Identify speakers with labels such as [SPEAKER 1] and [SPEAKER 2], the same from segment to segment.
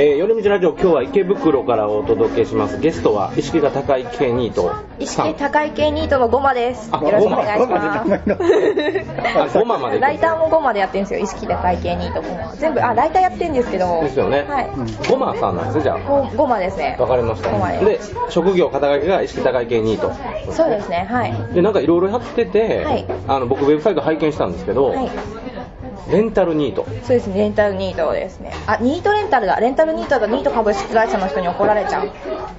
[SPEAKER 1] えー、夜道ラジオ今日は池袋からお届けしますゲストは意識が高い系ニート
[SPEAKER 2] 意
[SPEAKER 1] さん
[SPEAKER 2] 識高い系ニートのゴマです。
[SPEAKER 1] あ
[SPEAKER 2] よろしくお願いします。
[SPEAKER 1] あゴマまで
[SPEAKER 2] ライターもゴマでやってるんですよ。意識高い系ニートゴマ。全部あライターやってるんですけど。
[SPEAKER 1] ですよね、
[SPEAKER 2] はい。
[SPEAKER 1] ゴマさんなんですねじゃあ
[SPEAKER 2] ゴゴマですね。
[SPEAKER 1] わかりまし
[SPEAKER 2] ゴマ
[SPEAKER 1] た
[SPEAKER 2] で
[SPEAKER 1] で職業肩書きが意識高い系ニート
[SPEAKER 2] す。そうですね。はい。
[SPEAKER 1] でなんかいろいろやってて、
[SPEAKER 2] はい
[SPEAKER 1] あの僕ウェブサイト拝見したんですけど、
[SPEAKER 2] はい。
[SPEAKER 1] レンタルニート
[SPEAKER 2] そうですね。レンタルニートですね。あニートレンタルだ。レンタルニートだとニート株式会社の人に怒られちゃう。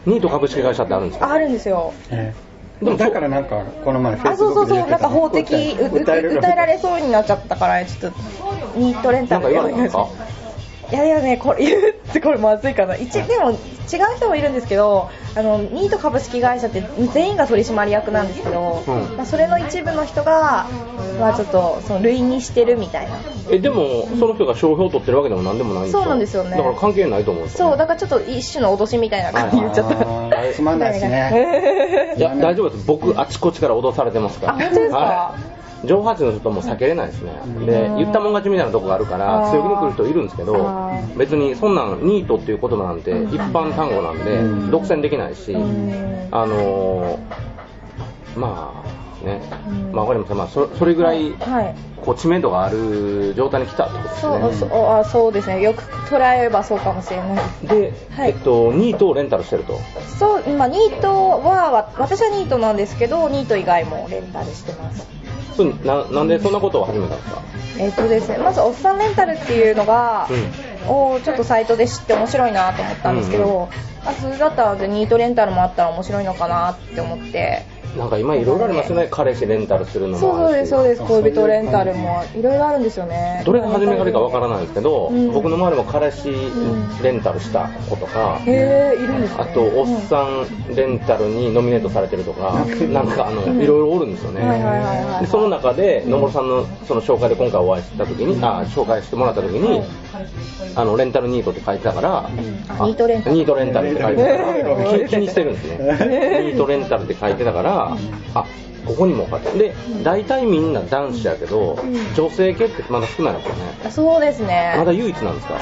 [SPEAKER 1] ニート株式会社ってあるんですか
[SPEAKER 2] ああるんですよ。
[SPEAKER 3] ええ
[SPEAKER 1] でも
[SPEAKER 3] でもだからなんかこの前
[SPEAKER 2] あそうそうそう。なんか法的うう
[SPEAKER 3] 訴える
[SPEAKER 2] 訴えられそうになっちゃったからちょっとニートレン
[SPEAKER 1] な
[SPEAKER 2] タ
[SPEAKER 1] ん
[SPEAKER 2] ル
[SPEAKER 1] か
[SPEAKER 2] で
[SPEAKER 1] 言われたんですか
[SPEAKER 2] いやいやね、これ言ってこれまずいかな。一でも違う人もいるんですけど、あのニート株式会社って全員が取締役なんですけど、
[SPEAKER 1] うん
[SPEAKER 2] まあそれの一部の人がまあちょっとその類にしてるみたいな。
[SPEAKER 1] えでもその人が商標を取ってるわけでも何でもないんですよ
[SPEAKER 2] そうなんですよね
[SPEAKER 1] だから関係ないと思うんですよ
[SPEAKER 2] そうだからちょっと一種の脅しみたいな感じ言っちゃった。
[SPEAKER 3] あーつまんないで すね
[SPEAKER 1] いや大丈夫です僕あちこちから脅されてますから
[SPEAKER 2] あ本当ですか
[SPEAKER 1] はい、上半身の人も避けれないですね
[SPEAKER 3] うん
[SPEAKER 1] で言ったもん勝ちみたいなとこがあるから
[SPEAKER 2] あー
[SPEAKER 1] 強気に来る人いるんですけど
[SPEAKER 2] あー
[SPEAKER 1] 別にそんなんニートっていう言葉なんて一般単語なんで
[SPEAKER 3] うん
[SPEAKER 1] 独占できないし
[SPEAKER 2] うん
[SPEAKER 1] あのーまあね
[SPEAKER 2] うん
[SPEAKER 1] まあわかりましたまあそそれぐらい
[SPEAKER 2] はい。
[SPEAKER 1] こう知名度がある状態に来たってことです
[SPEAKER 2] そ
[SPEAKER 1] ね
[SPEAKER 2] う、そうあそうですね。よく捉えればそうかもしれない。
[SPEAKER 1] で、
[SPEAKER 2] はい
[SPEAKER 1] えっと、ニートをレンタルしてると
[SPEAKER 2] そう、まあニートはわ私はニートなんですけど、ニート以外もレンタルしてます。
[SPEAKER 1] それななんでそんなことを始めたんですか
[SPEAKER 2] えっとですね、まずおっさんレンタルっていうのが、をちょっとサイトで知って面白いなと思ったんですけ
[SPEAKER 1] うんう
[SPEAKER 2] ど、あそれだったらニートレンタルもあったら面白いのかなって思って
[SPEAKER 1] なんか今いろいろありますよね彼氏レンタルする
[SPEAKER 2] そ
[SPEAKER 1] の
[SPEAKER 2] う
[SPEAKER 1] もあ
[SPEAKER 2] そう
[SPEAKER 1] る
[SPEAKER 2] で
[SPEAKER 1] し
[SPEAKER 2] すそうです
[SPEAKER 3] あそういう
[SPEAKER 2] 恋人レンタルもいろいろあるんですよね
[SPEAKER 1] どれが初めからかわからないんですけど、
[SPEAKER 2] うん
[SPEAKER 1] 僕の周りも彼氏
[SPEAKER 2] ん
[SPEAKER 1] レンタルした子とか、
[SPEAKER 2] へえいるんですね
[SPEAKER 1] あとおっさんレンタルにノミネートされてるとか、
[SPEAKER 3] うん
[SPEAKER 1] なんかあのいろいろおるんですよね、
[SPEAKER 2] うんはいはいはいはい
[SPEAKER 1] でその中でのぼるさんのその紹介で今回お会いした時に、あ紹介してもらった時に、あのレンタルニートって書いてたから、
[SPEAKER 2] あニートレンタル
[SPEAKER 1] ニートレンタルって書いてたから、
[SPEAKER 3] うん
[SPEAKER 1] 気気にしてるんですねニートレンタルって書いてたからあここにも書いてで大体みんな男子やけど、
[SPEAKER 2] ん
[SPEAKER 1] 女性系ってまだ少ないのかね
[SPEAKER 2] あそうですね
[SPEAKER 1] まだ唯一なんですか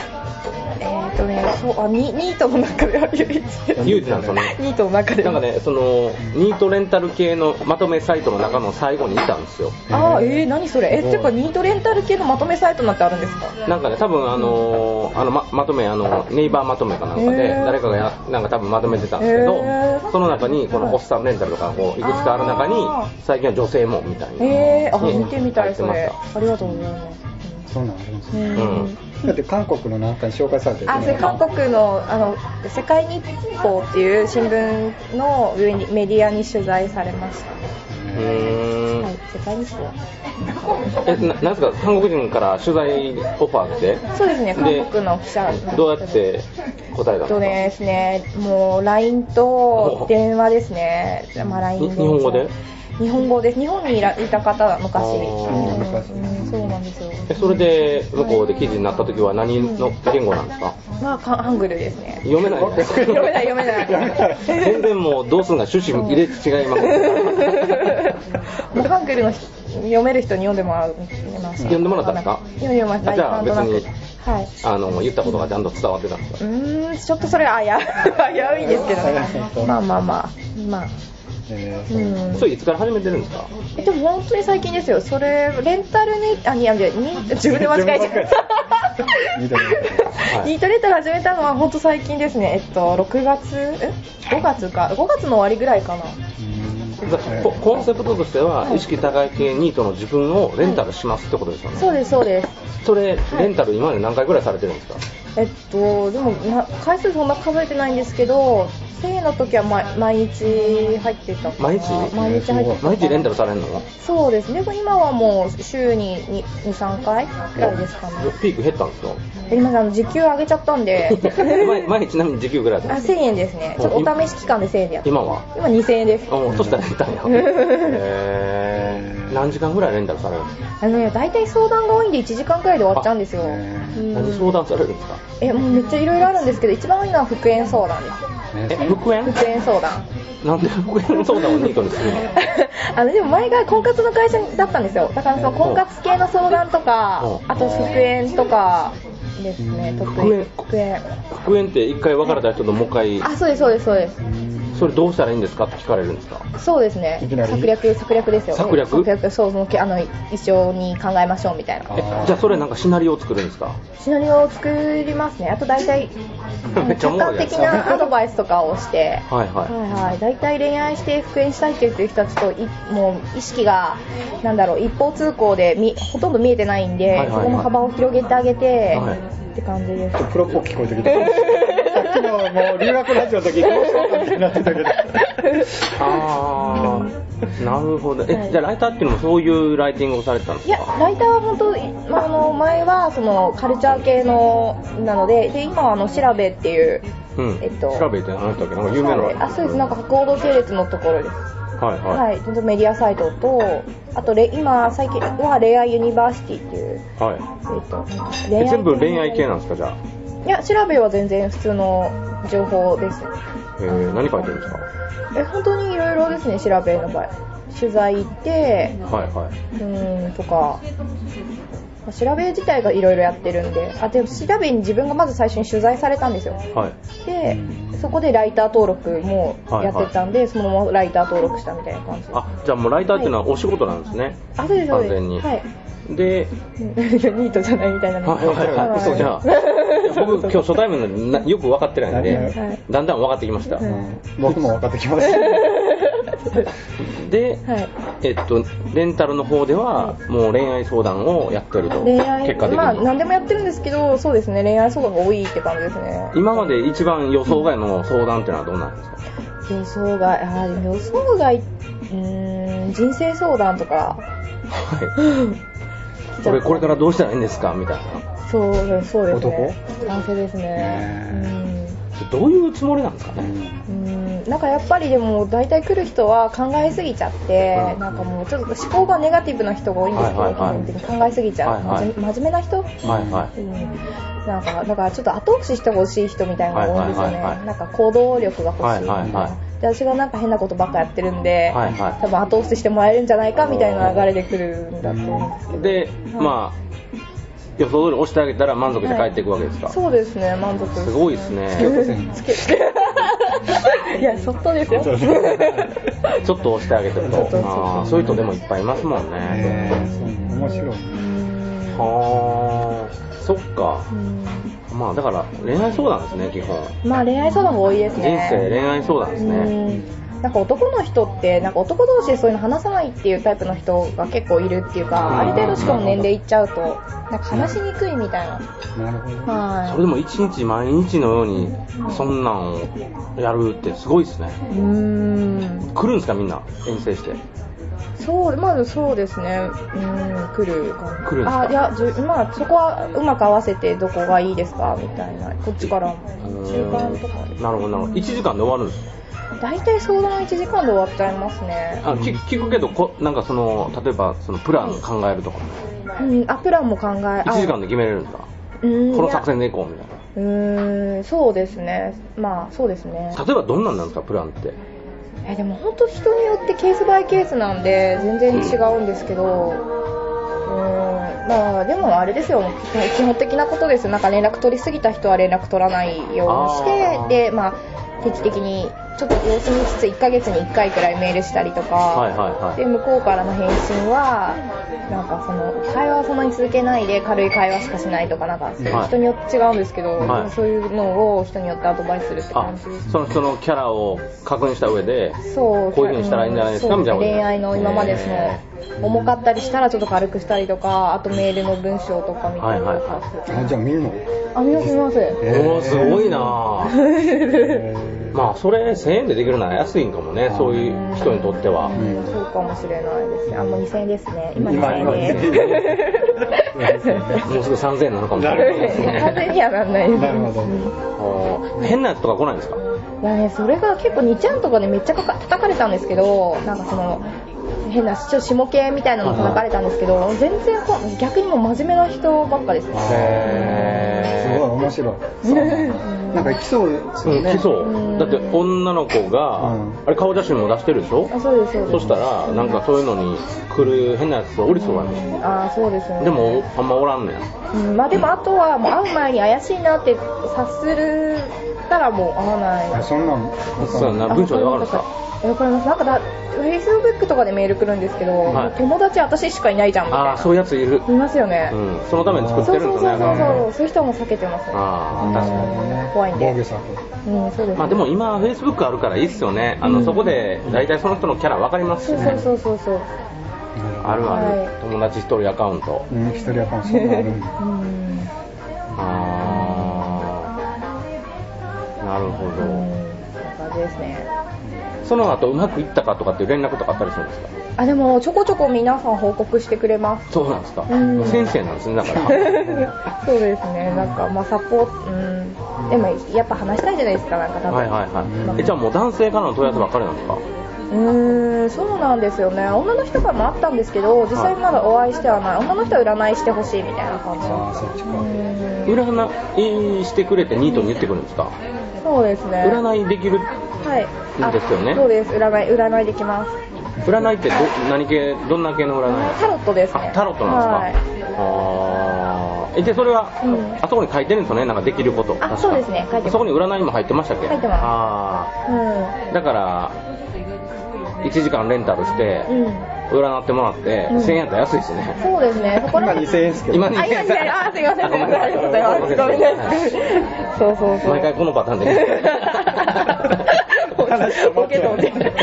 [SPEAKER 2] えっとねそうあニニートの中では唯一
[SPEAKER 1] 唯一なんですよね
[SPEAKER 2] ニートの中で
[SPEAKER 1] なん
[SPEAKER 2] は
[SPEAKER 1] かねそのニートレンタル系のまとめサイトの中の最後にいたんですよ
[SPEAKER 2] あえー、何それえっていうかニートレンタル系のまとめサイトなんてあるんですか
[SPEAKER 1] なんかね多分あのーあのままとめあのネイバーまとめかなんかで
[SPEAKER 2] へー
[SPEAKER 1] 誰かがやなんか多分まとめてたんですけど
[SPEAKER 2] へー
[SPEAKER 1] その中にこのおっさんレンタルとかこういくつかある中
[SPEAKER 2] あ
[SPEAKER 1] に最近は女性もみたいな
[SPEAKER 2] えー、あ
[SPEAKER 1] ね
[SPEAKER 2] 見てみたいそ
[SPEAKER 1] 入っ
[SPEAKER 2] れ
[SPEAKER 1] てまし
[SPEAKER 2] ありがとうございます
[SPEAKER 3] そんなんあります
[SPEAKER 2] う
[SPEAKER 3] ね
[SPEAKER 2] ん
[SPEAKER 1] うん
[SPEAKER 3] だって韓国のなんかに紹介されてる
[SPEAKER 2] あそれ韓国のあの世界日報っていう新聞の上にメディアに取材されました、
[SPEAKER 1] たうーん
[SPEAKER 2] はい、世界日報
[SPEAKER 1] えななんですか韓国人から取材オファーって
[SPEAKER 2] そうですね
[SPEAKER 1] で
[SPEAKER 2] 韓国の記者なんですけ
[SPEAKER 1] どうやって答えたんです
[SPEAKER 2] えっ
[SPEAKER 1] か
[SPEAKER 2] とですね、もう LINE と電話ですね、まあ、LINE
[SPEAKER 1] に日本語で
[SPEAKER 2] 日本語です日本にいらいた方が昔
[SPEAKER 1] あー
[SPEAKER 2] うん
[SPEAKER 3] 昔
[SPEAKER 2] うんそうなんですよ
[SPEAKER 1] えそれで向こうで記事になった時は何の言語なんですか
[SPEAKER 2] まあかハングルですね
[SPEAKER 1] 読めないです
[SPEAKER 2] 読めない読めない
[SPEAKER 1] 全然もうどうすんか趣旨入れ違います
[SPEAKER 2] もうハングルの人読める人に読んでもらうます
[SPEAKER 1] 読んでもらったんですか
[SPEAKER 2] 読んでもらった
[SPEAKER 1] あじゃあ
[SPEAKER 2] なんとなく
[SPEAKER 1] 別に
[SPEAKER 2] はい
[SPEAKER 1] あの言ったことがちゃんと伝わってたんですか
[SPEAKER 2] うーんちょっとそれは 危う危ういんですけどねまあまあまあまあ
[SPEAKER 3] え
[SPEAKER 2] う
[SPEAKER 3] えそうん
[SPEAKER 1] それいつから始めてるんですか
[SPEAKER 2] えでも本当に最近ですよそれレンタルにあにいやいやに自分で間違えちゃっ
[SPEAKER 3] 自分で間違えちゃ
[SPEAKER 1] った
[SPEAKER 2] たニートレンタル始めたのは本当最近ですねえっと6月え5月か5月の終わりぐらいかな
[SPEAKER 3] うん
[SPEAKER 1] だからココンセプトとしては意識高い系ニートの自分をレンタルしますってことですよね
[SPEAKER 2] そうですそうです
[SPEAKER 1] それレンタル今まで何回ぐらいされてるんですか
[SPEAKER 2] えっとでもな回数そんな数えてないんですけど生の時は毎毎日入ってたかな
[SPEAKER 1] 毎日
[SPEAKER 2] 毎日入ってた
[SPEAKER 1] 毎日レンタルされるの
[SPEAKER 2] そうですねでも今はもう週に23回ぐらいですかね
[SPEAKER 1] ピーク減ったんですか
[SPEAKER 2] え今さん時給上げちゃった んで
[SPEAKER 1] 前前ちなみに時給ぐらいだ
[SPEAKER 2] あ
[SPEAKER 1] ったんです
[SPEAKER 2] 1000円ですねちょっとお試し期間で1000円でやった
[SPEAKER 1] 今は
[SPEAKER 2] 今2000円です
[SPEAKER 1] おそしたらレンタル やへー何時間ぐらいレンタルされるんですか
[SPEAKER 2] あのね大体相談が多いんで1時間くらいで終わっちゃうんですよ
[SPEAKER 3] あへー
[SPEAKER 2] うん
[SPEAKER 1] 何相談されるんですか
[SPEAKER 2] えもうめっちゃいろいろあるんですけど一番多いのは復縁相談です
[SPEAKER 3] ね
[SPEAKER 1] え復縁
[SPEAKER 2] 復縁相談
[SPEAKER 1] なんで復縁相談をニートにするの
[SPEAKER 2] あのでも前が婚活の会社だったんですよだからその婚活系の相談とか
[SPEAKER 1] うん
[SPEAKER 2] あと復縁とかですね
[SPEAKER 3] うん
[SPEAKER 2] 得意
[SPEAKER 1] 復
[SPEAKER 2] 復縁
[SPEAKER 1] 復縁って一回別れた人ともう一回
[SPEAKER 2] あそうですそうですそうです
[SPEAKER 1] それどうしたらいいんですかって聞かれるんですか
[SPEAKER 2] そうですね
[SPEAKER 3] いきなり
[SPEAKER 2] 策略策略ですよ
[SPEAKER 1] 策略
[SPEAKER 2] そうそのあの一緒に考えましょうみたいな
[SPEAKER 3] あ
[SPEAKER 1] えじゃあそれなんかシナリオを作るんですか
[SPEAKER 2] シナリオを作りますねあと大体あ
[SPEAKER 1] め
[SPEAKER 2] の
[SPEAKER 1] っちゃお
[SPEAKER 2] 客
[SPEAKER 1] もろ
[SPEAKER 2] 観
[SPEAKER 1] いやつ
[SPEAKER 2] 的なアドバイスとかをして
[SPEAKER 1] はいはい、
[SPEAKER 2] はいはい、大体恋愛して復縁したいって言ってる人たちといもう意識がなんだろう一方通行でみほとんど見えてないん
[SPEAKER 1] は
[SPEAKER 2] で、
[SPEAKER 1] いはいはい
[SPEAKER 2] そこの幅を広げてあげて、
[SPEAKER 1] はい
[SPEAKER 2] って感じです
[SPEAKER 3] ちょっとプロっぽく聞こえてきてさっきのもう留学ラジオの時どうしたのってなってたけど
[SPEAKER 1] ああなるほどえ、
[SPEAKER 2] はい
[SPEAKER 1] じゃあライターっていうのもそういうライティングをされてたんです
[SPEAKER 2] いや
[SPEAKER 1] か
[SPEAKER 2] ライターは本当いまああの前はそのカルチャー系のなのでで今はあの調べっていう
[SPEAKER 1] うん
[SPEAKER 2] えっと
[SPEAKER 1] 調べて話したっけなんか有名なの
[SPEAKER 2] あそうですなんか博報堂系列のところです
[SPEAKER 1] はいはい、
[SPEAKER 2] はい、ちょっとメディアサイトとあとれ今最近は恋愛ユニバーシティっていう
[SPEAKER 1] は
[SPEAKER 2] えっと
[SPEAKER 1] いえ全部恋愛系なんですかじゃあ、
[SPEAKER 2] いや調べは全然普通の情報です
[SPEAKER 1] えー、何書いてるんですか
[SPEAKER 2] え本当にいろいろですね調べの場合取材行って
[SPEAKER 1] はいはいう
[SPEAKER 2] ーんとかまあ調べ自体がいろいろやってるんであでも調べに自分がまず最初に取材されたんですよ
[SPEAKER 1] はい
[SPEAKER 2] でそこでライター登録もやってたんで、そのままライター登録したみたいな感じ
[SPEAKER 1] あじゃあもうライターっていうのはお仕事なんですね、
[SPEAKER 2] あそうですそう
[SPEAKER 1] 完
[SPEAKER 2] です
[SPEAKER 1] 全に
[SPEAKER 2] はい
[SPEAKER 1] で
[SPEAKER 2] うんニートじゃないみたいなの
[SPEAKER 1] はいはいはい、
[SPEAKER 2] はい
[SPEAKER 1] 嘘じゃんいや僕今日初対面なんでなよく分かってないん
[SPEAKER 3] はい
[SPEAKER 1] で、
[SPEAKER 2] はい
[SPEAKER 1] だんだん分かってきました、
[SPEAKER 2] は
[SPEAKER 3] うん僕も分かってきました
[SPEAKER 1] で、
[SPEAKER 2] はい
[SPEAKER 1] えっとレンタルの方ではもう恋愛相談をやってると
[SPEAKER 2] 恋愛
[SPEAKER 1] 結果的に、
[SPEAKER 2] まあ何でもやってるんですけどそうですね恋愛相談が多いって感じですね
[SPEAKER 1] 今まで一番予想外の相談っていうのはどうなんですか、
[SPEAKER 2] 予想外あーでも予想外うーん人生相談とか
[SPEAKER 1] はい これこれからどうしたらいいんですかみたいな
[SPEAKER 2] そうそうです
[SPEAKER 3] 男
[SPEAKER 2] ね男性ですね
[SPEAKER 3] ね
[SPEAKER 1] どういうつもりなんですかね、
[SPEAKER 2] うんうんなんかやっぱりでも大体来る人は考えすぎちゃって、
[SPEAKER 1] うん
[SPEAKER 2] なんかもうちょっと思考がネガティブな人が多いんですけど、
[SPEAKER 1] はいはいはい
[SPEAKER 2] 基本的に考えすぎちゃう、
[SPEAKER 1] はいはい
[SPEAKER 2] 真面真面目な人、
[SPEAKER 1] はいは
[SPEAKER 2] う
[SPEAKER 1] い
[SPEAKER 2] ん、なんかだからちょっと後押ししてほしい人みたいなのが多いんですよね、
[SPEAKER 1] はいはいはいはい
[SPEAKER 2] なんか行動力が欲しい、
[SPEAKER 1] はいはいは
[SPEAKER 2] で私がなんか変なことばっかやってるんで、
[SPEAKER 1] はいはい
[SPEAKER 2] 多分後押ししてもらえるんじゃないかみたいな流れで来るんだと思うんですけど
[SPEAKER 1] でまあ予想通り押してあげたら満足して帰っていくわけですか、
[SPEAKER 2] そうですね満足
[SPEAKER 1] すごいです ね
[SPEAKER 2] つけ いやそっとですよ
[SPEAKER 3] そうです
[SPEAKER 1] ちょっと押してあげてる
[SPEAKER 2] ちょっと
[SPEAKER 1] とあーそういう人でもいっぱいいますもんね
[SPEAKER 3] えーそう面白いね
[SPEAKER 1] はあそっか
[SPEAKER 2] うん
[SPEAKER 1] まあだから恋愛相談ですね基本
[SPEAKER 2] まあ恋愛相談が多いです
[SPEAKER 1] 人
[SPEAKER 2] ね
[SPEAKER 1] 生恋愛相談ですね
[SPEAKER 2] うんなんか男の人ってなんか男同士でそういうの話さないっていうタイプの人が結構いるっていうかある程度しかも年齢いっちゃうとなんか話しにくいみたいな、
[SPEAKER 3] なるほど
[SPEAKER 2] はい、
[SPEAKER 1] それでも一日毎日のようにそんなんをやるってすごいですね
[SPEAKER 2] うーん
[SPEAKER 1] 来るんですかみんな遠征して
[SPEAKER 2] そうまずそうですねうん来る感じ
[SPEAKER 1] 来るんですか
[SPEAKER 2] あいやじゅまあそこはうまく合わせてどこがいいですかみたいなこっちからも中間とか
[SPEAKER 1] うんなるほどなるほど1時間で終わるんですね
[SPEAKER 2] 大体相談1時間で終わっちゃいますね
[SPEAKER 1] あ聞聞くけどこなんかその例えばそのプラン考えるとかも
[SPEAKER 2] うんアプランも考えあ
[SPEAKER 1] 1時間で決めれるんですか
[SPEAKER 2] うん
[SPEAKER 1] この作
[SPEAKER 2] い
[SPEAKER 1] 戦でいこうみたいな
[SPEAKER 2] やうーんそうですねまあそうですね
[SPEAKER 1] 例えばどんなんなんですかプランって
[SPEAKER 2] えでも本当人によってケースバイケースなんで全然違うんですけどうーんまあでもあれですよ基本的なことですよなんか連絡取りすぎた人は連絡取らないよう
[SPEAKER 1] あー
[SPEAKER 2] にしてでまあ定期的にちょっと様子見つつ1ヶ月に1回くらいメールしたりとか、
[SPEAKER 1] はいはい
[SPEAKER 2] で
[SPEAKER 1] はい
[SPEAKER 2] 向こうからの返信はなんかその会話はそんなに続けないで軽い会話しかしないとかなんかそういう人によって違うんですけど、
[SPEAKER 1] はい
[SPEAKER 2] そういうのを人によってアドバイスするって
[SPEAKER 1] あ
[SPEAKER 2] 感じです
[SPEAKER 1] その人のキャラを確認した上で
[SPEAKER 2] そう
[SPEAKER 1] こういう風にしたらいいんじゃないですか
[SPEAKER 2] うん
[SPEAKER 1] みたいなことね
[SPEAKER 2] 恋愛の今までそ
[SPEAKER 1] へ
[SPEAKER 2] の重かったりしたらちょっと軽くしたりとかあとメールの文章とか見たりとか、
[SPEAKER 1] はいはい
[SPEAKER 3] あじゃあ見んの
[SPEAKER 2] あ見ます見ま
[SPEAKER 1] お
[SPEAKER 2] す
[SPEAKER 1] ーすごいなあ
[SPEAKER 3] えー
[SPEAKER 1] まあそれ1000円でできるなら安いんかもねそういう人にとっては
[SPEAKER 2] うんそうかもしれないですねあもう2000円ですね今
[SPEAKER 3] 今 今
[SPEAKER 2] 2000円で
[SPEAKER 1] もうすぐ3000円なのかもしれないです
[SPEAKER 2] いや 完
[SPEAKER 1] ね
[SPEAKER 2] 全にはなんないです
[SPEAKER 3] なるほど
[SPEAKER 1] あー変なやつとか来ないんですか
[SPEAKER 2] いやね、それが結構2ちゃんとかでめっちゃかか叩かれたんですけどなんかその変なちょ下系みたいなの叩かれたんですけど全然こう逆にもう真面目な人ばっかですね
[SPEAKER 3] へすごい
[SPEAKER 1] ね
[SPEAKER 3] 面白い。そうなんか来そうです
[SPEAKER 1] う
[SPEAKER 3] よ
[SPEAKER 1] ん
[SPEAKER 3] ね。
[SPEAKER 1] 来そうだって女の子が、
[SPEAKER 3] うん
[SPEAKER 1] あれ顔写真も出してるでしょ
[SPEAKER 2] あそうですそうで
[SPEAKER 1] そ
[SPEAKER 2] す
[SPEAKER 1] したらなんかそういうのに来る変なやつがおりそうやね
[SPEAKER 2] あーそうですね
[SPEAKER 1] でもあんまおらんねん
[SPEAKER 2] うんまあでもあとはもう会う前に怪しいなって察するたらもう会わない
[SPEAKER 3] あそんなん。
[SPEAKER 1] そうやな文章でわかるんですか
[SPEAKER 2] えわかりますなんかだ Facebook とかでメール来るんですけど、
[SPEAKER 1] はい
[SPEAKER 2] 友達私しかいないじゃんみたい
[SPEAKER 1] ああそういうやついる
[SPEAKER 2] ないますよね、
[SPEAKER 1] うんそのために作って
[SPEAKER 2] そう
[SPEAKER 1] るん
[SPEAKER 2] そう
[SPEAKER 1] で
[SPEAKER 2] そう
[SPEAKER 1] す
[SPEAKER 2] そう
[SPEAKER 1] ね
[SPEAKER 2] そう
[SPEAKER 3] なるほ
[SPEAKER 2] そういう人も避けてますね
[SPEAKER 1] ああ確かに
[SPEAKER 2] 怖いんで
[SPEAKER 3] 防御策。
[SPEAKER 2] うんそうです、
[SPEAKER 1] まあでも今、フェイスブックあるからいいっすよね、あのそこで大体その人のキャラ分かりますし
[SPEAKER 2] そうそう
[SPEAKER 1] ね、
[SPEAKER 2] そうそうそう
[SPEAKER 1] あるある
[SPEAKER 2] はい、
[SPEAKER 1] 友達一人アカウント、
[SPEAKER 3] うん、一人やっぱそんなんあるんだ。
[SPEAKER 2] うん
[SPEAKER 1] あーなるほ
[SPEAKER 2] うん
[SPEAKER 1] ど、
[SPEAKER 2] そんな感じですね
[SPEAKER 1] その後うまくいったかとかっていう連絡とかあったりするんですか、
[SPEAKER 2] あでもちょこちょこ皆さん報告してくれます
[SPEAKER 1] そうなんですか、
[SPEAKER 2] うん
[SPEAKER 1] 先生なんですね、だから、
[SPEAKER 2] そうですね、なんか、まあ、サポート、うん、でも、やっぱ話したいじゃないですか、なんか、 多分。
[SPEAKER 1] はいはいはい、えじゃあもう男性からの問い合わせばっかりなんですか、
[SPEAKER 2] うーん、そうなんですよね、女の人からもあったんですけど、実際まだお会いしてはない、女の人は占いしてほしいみたいな感じ。
[SPEAKER 3] ああ、そっちか。
[SPEAKER 2] うん
[SPEAKER 1] 占いしてくれてニートに言ってくるんですか、
[SPEAKER 2] そうですね。い。
[SPEAKER 1] 占いできる、
[SPEAKER 2] はい。あ
[SPEAKER 1] ですよね
[SPEAKER 2] そうです、占い、占いできます。
[SPEAKER 1] 占いってど何系、どんな系の占いなんですか
[SPEAKER 2] タロットですね
[SPEAKER 1] あ。タロットなんです
[SPEAKER 2] はい。
[SPEAKER 1] か、あーえでそれは、
[SPEAKER 2] うん
[SPEAKER 1] あそこに書いてるんですよねなんかできること確か
[SPEAKER 2] そうですね書いてます
[SPEAKER 1] そこに占いも入ってましたっけ
[SPEAKER 2] 入ってます
[SPEAKER 1] あ
[SPEAKER 2] うん。
[SPEAKER 1] ーだから1時間レンタルして
[SPEAKER 2] うん。
[SPEAKER 1] 占ってもらって、
[SPEAKER 2] うん
[SPEAKER 1] 1000円やったら安いですね
[SPEAKER 2] そうですね、そこら
[SPEAKER 3] 今
[SPEAKER 2] 辺
[SPEAKER 3] 2000円ですけど。
[SPEAKER 1] 今
[SPEAKER 2] あ、いやいやいや、あ、すいません、ごめんなさい、ありがとうございます。ごめんなさい。そうそうそう。
[SPEAKER 1] 毎回このパターンで
[SPEAKER 3] 話が
[SPEAKER 2] ボケと思って
[SPEAKER 1] なる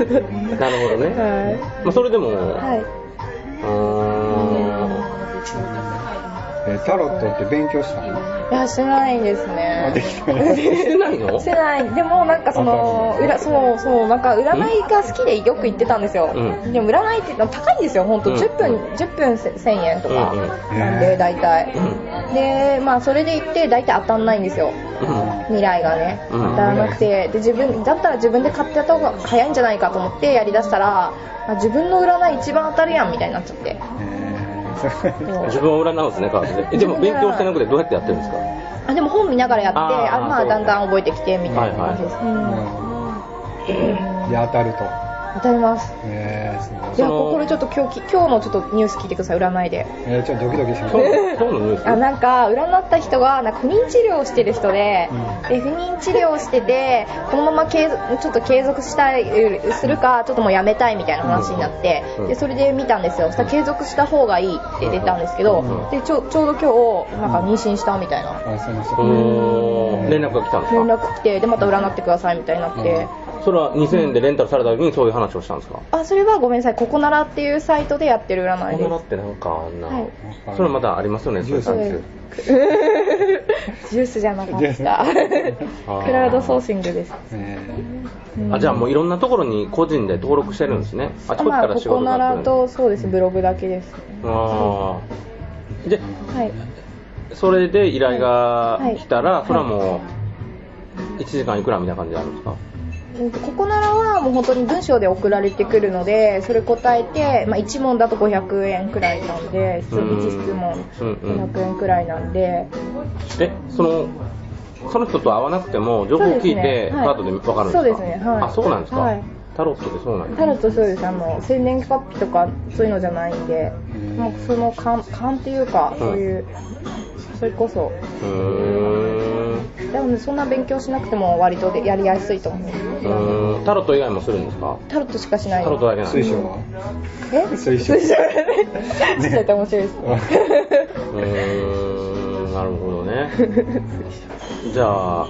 [SPEAKER 1] ほどね、
[SPEAKER 2] は
[SPEAKER 1] まあ、それでも、
[SPEAKER 2] い。はい。
[SPEAKER 1] うーん
[SPEAKER 3] えタロットって勉強したの
[SPEAKER 2] いや、してないですね。
[SPEAKER 3] あできてない
[SPEAKER 1] してない の
[SPEAKER 2] してない。でも、なんかその、裏、そうそう、なんか占いが好きでよく行ってたんですよ。
[SPEAKER 1] うん
[SPEAKER 2] でも、占いって高いんですよ、ほん
[SPEAKER 1] う
[SPEAKER 2] と。
[SPEAKER 1] ん
[SPEAKER 2] 10分、10分せ1000円とか。
[SPEAKER 1] うんうん
[SPEAKER 2] なんで、大体。で、まあ、それで行って、大体当たんないんですよ。未来がね、
[SPEAKER 1] うん
[SPEAKER 2] 当たらなくて、で自分だったら自分で買ってやった方が早いんじゃないかと思ってやりだしたら、あ自分の占い一番当たるやんみたいになっちゃって、
[SPEAKER 3] えーそれ
[SPEAKER 2] そう
[SPEAKER 1] 自分を占うんですね川瀬でえでも勉強してなくてどうやってやってるんですか
[SPEAKER 2] あでも本見ながらやって、
[SPEAKER 1] あー
[SPEAKER 2] あま
[SPEAKER 1] そ
[SPEAKER 2] あ
[SPEAKER 1] うだ
[SPEAKER 2] だんだん覚えてきてみたいな感じです。うん
[SPEAKER 3] うんで当たると。
[SPEAKER 2] 当たります。
[SPEAKER 3] えー、すごい
[SPEAKER 2] いや
[SPEAKER 1] その
[SPEAKER 2] これちょっと今日き今日のちょっとニュース聞いてください占いで。
[SPEAKER 3] えー、ちょっとドキドキしま
[SPEAKER 1] 今日
[SPEAKER 3] す。
[SPEAKER 1] 今日のニュース
[SPEAKER 2] あなんか占った人がなんか不妊治療をしてる人で,、
[SPEAKER 3] う
[SPEAKER 2] で不妊治療をしててこのまま継続ちょっと継続したいするかちょっともうやめたいみたいな話になって、
[SPEAKER 1] うん
[SPEAKER 2] でそれで見たんですよそしたら継続した方がいいって出たんですけど、
[SPEAKER 1] うん
[SPEAKER 2] でちょちょうど今日なんか妊娠したみたいな
[SPEAKER 3] あ、すいません。
[SPEAKER 1] おー連絡が来たんです
[SPEAKER 2] 連
[SPEAKER 1] か
[SPEAKER 2] 絡来てでまた占ってくださいみたいになって、
[SPEAKER 1] それは2000円でレンタルされた時にそういう話をしたんですか
[SPEAKER 2] あそれはごめんなさいここならっていうサイトでやってる占い
[SPEAKER 1] こ
[SPEAKER 2] で
[SPEAKER 1] れだってなんかあんな、
[SPEAKER 2] はい
[SPEAKER 1] それまたありますよねそういうサービ
[SPEAKER 2] ジュ
[SPEAKER 1] ス
[SPEAKER 2] ーす ジュースじゃ なかった
[SPEAKER 1] あー
[SPEAKER 2] クラウドソーシングです
[SPEAKER 3] えー
[SPEAKER 1] あじゃあもういろんなところに個人で登録してるんですねあちこち
[SPEAKER 2] ま
[SPEAKER 1] か
[SPEAKER 2] あ
[SPEAKER 1] ら
[SPEAKER 2] こ
[SPEAKER 1] 仕事
[SPEAKER 2] こ
[SPEAKER 1] が
[SPEAKER 2] な
[SPEAKER 1] 来る
[SPEAKER 2] ら
[SPEAKER 1] んで
[SPEAKER 2] とそうですブログだけです
[SPEAKER 1] あーで
[SPEAKER 2] はい
[SPEAKER 1] それで依頼が
[SPEAKER 2] はい
[SPEAKER 1] 来たら、
[SPEAKER 2] い
[SPEAKER 1] それはもう1時間いくらみたいな感じであるんですか、
[SPEAKER 2] うんここならはもう本当に文章で送られてくるのでそれ答えて、まあ、1問だと500円くらいなんで質
[SPEAKER 1] うん
[SPEAKER 2] 1質問
[SPEAKER 1] うんうん
[SPEAKER 2] 500円くらいなんで
[SPEAKER 1] えそのその人と会わなくても情報を聞い
[SPEAKER 2] そうで
[SPEAKER 1] て
[SPEAKER 2] す
[SPEAKER 1] カ
[SPEAKER 2] ねはい
[SPEAKER 1] ードで分かるんですか
[SPEAKER 2] そうですねはい
[SPEAKER 1] あそうなんですか、
[SPEAKER 2] はい
[SPEAKER 1] タロットでそうなんですか
[SPEAKER 2] タロットそうですあの生年月日とかそういうのじゃないんで
[SPEAKER 3] うん
[SPEAKER 2] もうその勘勘っていうかそういうそれこそう
[SPEAKER 1] ーん
[SPEAKER 2] でもそんな勉強しなくても割とでやりやすいと思う
[SPEAKER 1] うーんタロット以外もするんですか
[SPEAKER 2] タロットしかしない
[SPEAKER 1] タロットだけなんで
[SPEAKER 3] 水
[SPEAKER 1] す
[SPEAKER 3] 晶
[SPEAKER 1] か
[SPEAKER 3] は
[SPEAKER 2] え
[SPEAKER 3] 水晶
[SPEAKER 2] 水晶ねちょっと面白いですね
[SPEAKER 1] うーんなるほどね じゃあ、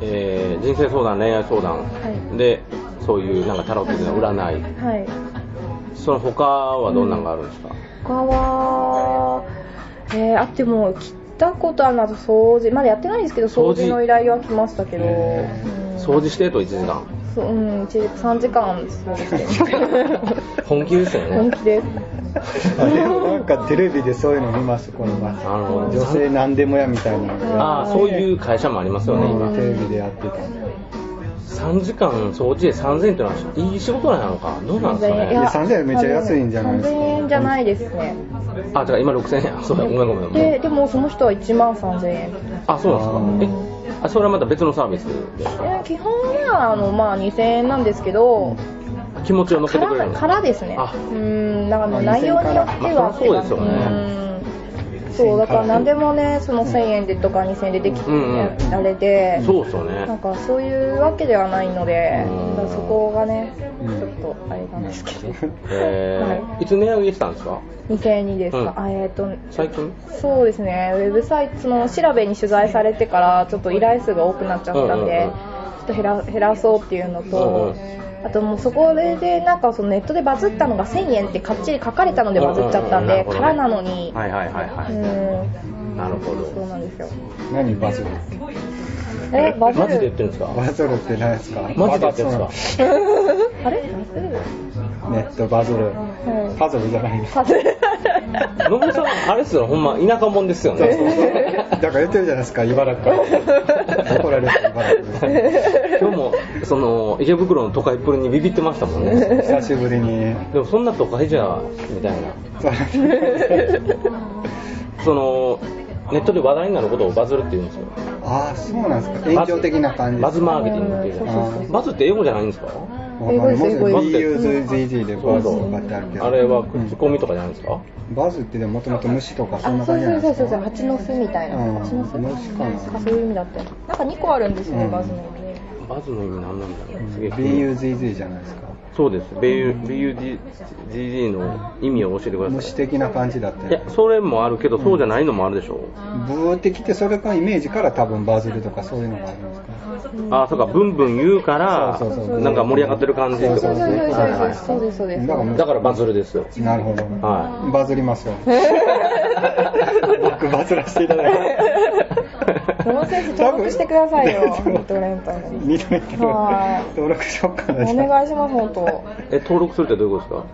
[SPEAKER 1] えー人生相談恋愛相談、
[SPEAKER 2] は
[SPEAKER 1] でそういうなんかタロットでの占い
[SPEAKER 2] はい
[SPEAKER 1] その他はどんなのがあるんですか、
[SPEAKER 2] 他は、えーあっても来たことあるなと掃除まだやってないんですけど掃
[SPEAKER 1] 掃除
[SPEAKER 2] 除の依頼は来ましたけど、
[SPEAKER 3] へ
[SPEAKER 2] うん
[SPEAKER 1] 掃除してと1時間
[SPEAKER 2] そううん一時3時間掃除して
[SPEAKER 1] 本気ですよ
[SPEAKER 2] 本
[SPEAKER 1] ね
[SPEAKER 2] 気です
[SPEAKER 3] あでもなんかテレビでそういうの見ますこの前
[SPEAKER 1] なるほど
[SPEAKER 3] 女性なんでもやみたいなの
[SPEAKER 1] ああそういう会社もありますよね今
[SPEAKER 3] テレビでやってたい
[SPEAKER 1] 3時間掃除で3000円ってのはいい仕事なんなのかどうなんですか
[SPEAKER 2] いや
[SPEAKER 1] ね
[SPEAKER 3] や3000円めっちゃ安いんじゃないですか
[SPEAKER 2] 3000円じゃないですね
[SPEAKER 1] あ、違う、今6000円。あそうだ、ごめんごめん。
[SPEAKER 2] ででもその人は1万3000円
[SPEAKER 1] あ、そうなんですか。え、あ、それはまた別のサービスで。
[SPEAKER 2] えー基本はあの、まあ、2000円なんですけど
[SPEAKER 1] 気持ちを乗っけて
[SPEAKER 2] か
[SPEAKER 1] くれ
[SPEAKER 2] ら
[SPEAKER 1] るの
[SPEAKER 2] からですね
[SPEAKER 1] あ
[SPEAKER 2] うんだからもう内容によってはって
[SPEAKER 1] まあそりゃそうですよね
[SPEAKER 2] うんそうだから何でもねその1000円でとか2000円でできて
[SPEAKER 1] うん
[SPEAKER 2] やられて、
[SPEAKER 1] そうっすよ
[SPEAKER 2] なん
[SPEAKER 1] ね。
[SPEAKER 2] かそういうわけではないので
[SPEAKER 1] うん
[SPEAKER 2] だからそこがね
[SPEAKER 3] うん
[SPEAKER 2] ちょっとあれなんですけど
[SPEAKER 1] えー、いつ値上げしたんですか
[SPEAKER 2] 2002ですか、
[SPEAKER 1] うん
[SPEAKER 2] あえっ、と
[SPEAKER 1] 最近
[SPEAKER 2] そうですね、ウェブサイトの調べに取材されてから、ちょっと依頼数が多くなっちゃったん
[SPEAKER 1] うんうんう
[SPEAKER 2] で
[SPEAKER 1] ん、
[SPEAKER 2] ちょっと減ら減らそうっていうのと、あともうそこで、なんかそのネットでバズったのが1000円ってかっちり書かれたのでバズっちゃったん
[SPEAKER 1] うんうんうんなる
[SPEAKER 2] で、
[SPEAKER 1] ほどね
[SPEAKER 2] からなのに、
[SPEAKER 1] はいはいはいは
[SPEAKER 2] う
[SPEAKER 1] い。なるほ
[SPEAKER 2] ん、そう
[SPEAKER 1] ど。
[SPEAKER 2] なんですよ。
[SPEAKER 3] 何バズるって
[SPEAKER 2] え、バズ
[SPEAKER 1] マジで言
[SPEAKER 2] る
[SPEAKER 1] ってるんですか
[SPEAKER 3] バズるって何ですか
[SPEAKER 1] マジで言ってるんですか
[SPEAKER 2] あれバズる
[SPEAKER 3] ネットバズる
[SPEAKER 2] は
[SPEAKER 3] パズルじゃないです
[SPEAKER 2] い。バズる
[SPEAKER 1] のぶさん、あれっすよ、ほんま、田舎もんですよね。
[SPEAKER 3] だから言ってるじゃないですか茨城から怒られた茨城です
[SPEAKER 1] 今日も、その、池袋の都会っぷりにビビってましたもんね。
[SPEAKER 3] 久しぶりに
[SPEAKER 1] でも、そんな都会じゃ、みたいな。
[SPEAKER 3] そう
[SPEAKER 1] その、ネットで話題になることをバズるって言うんですよ。
[SPEAKER 3] ああそうなんですか炎上的な感じ
[SPEAKER 1] バズマーケティングっていうじゃないですか。バズって英語じゃないんですか
[SPEAKER 2] 英語です英語
[SPEAKER 1] です
[SPEAKER 3] BUZZG でバズとかってあるけど
[SPEAKER 1] あれは口コミとかじゃないんですか
[SPEAKER 3] バズってでももともと虫とかそん
[SPEAKER 2] あ、
[SPEAKER 3] な
[SPEAKER 2] そ
[SPEAKER 3] 感じじゃな
[SPEAKER 2] う
[SPEAKER 3] い
[SPEAKER 2] そうそ
[SPEAKER 3] です
[SPEAKER 2] うそう、
[SPEAKER 3] か
[SPEAKER 2] 蜂の巣みたいな。
[SPEAKER 3] うん
[SPEAKER 2] 蜂の巣
[SPEAKER 3] もしかな
[SPEAKER 2] なんかそういう意味だったよなんか2個あるんですね、
[SPEAKER 3] うん
[SPEAKER 2] バズの意味。
[SPEAKER 1] バズの意味何なんだろう。すげえ気になる。
[SPEAKER 3] BUZZ じゃないですか
[SPEAKER 1] そうです。BUDGG の意味を教えてくだ
[SPEAKER 3] 虫
[SPEAKER 1] さい。
[SPEAKER 3] 的な感じだっ
[SPEAKER 1] い
[SPEAKER 3] たよ
[SPEAKER 1] や、それもあるけど、そうじゃないのもあるでしょ。
[SPEAKER 3] ブーってきてそれからイメージから多分バズるとかそういうのがあるんですか
[SPEAKER 1] ああ、そうか、ブンブン言うから
[SPEAKER 3] そうそうそう、
[SPEAKER 1] なんか盛り上がってる感じってこ
[SPEAKER 2] そう
[SPEAKER 1] と
[SPEAKER 2] そう
[SPEAKER 1] ですね。
[SPEAKER 2] そうそう
[SPEAKER 1] はいはい
[SPEAKER 2] そうです、そうです。
[SPEAKER 3] だから
[SPEAKER 1] だからバズるですよ。
[SPEAKER 3] なるほど、
[SPEAKER 1] は
[SPEAKER 3] バズりますよ僕バズらせていただいて
[SPEAKER 2] 野村先生登録してくださいよ
[SPEAKER 3] 多分
[SPEAKER 2] ミッドレンタルに
[SPEAKER 3] 認めてもらって登録しようかな
[SPEAKER 2] お願いします本当
[SPEAKER 1] え、登録するってどういうことで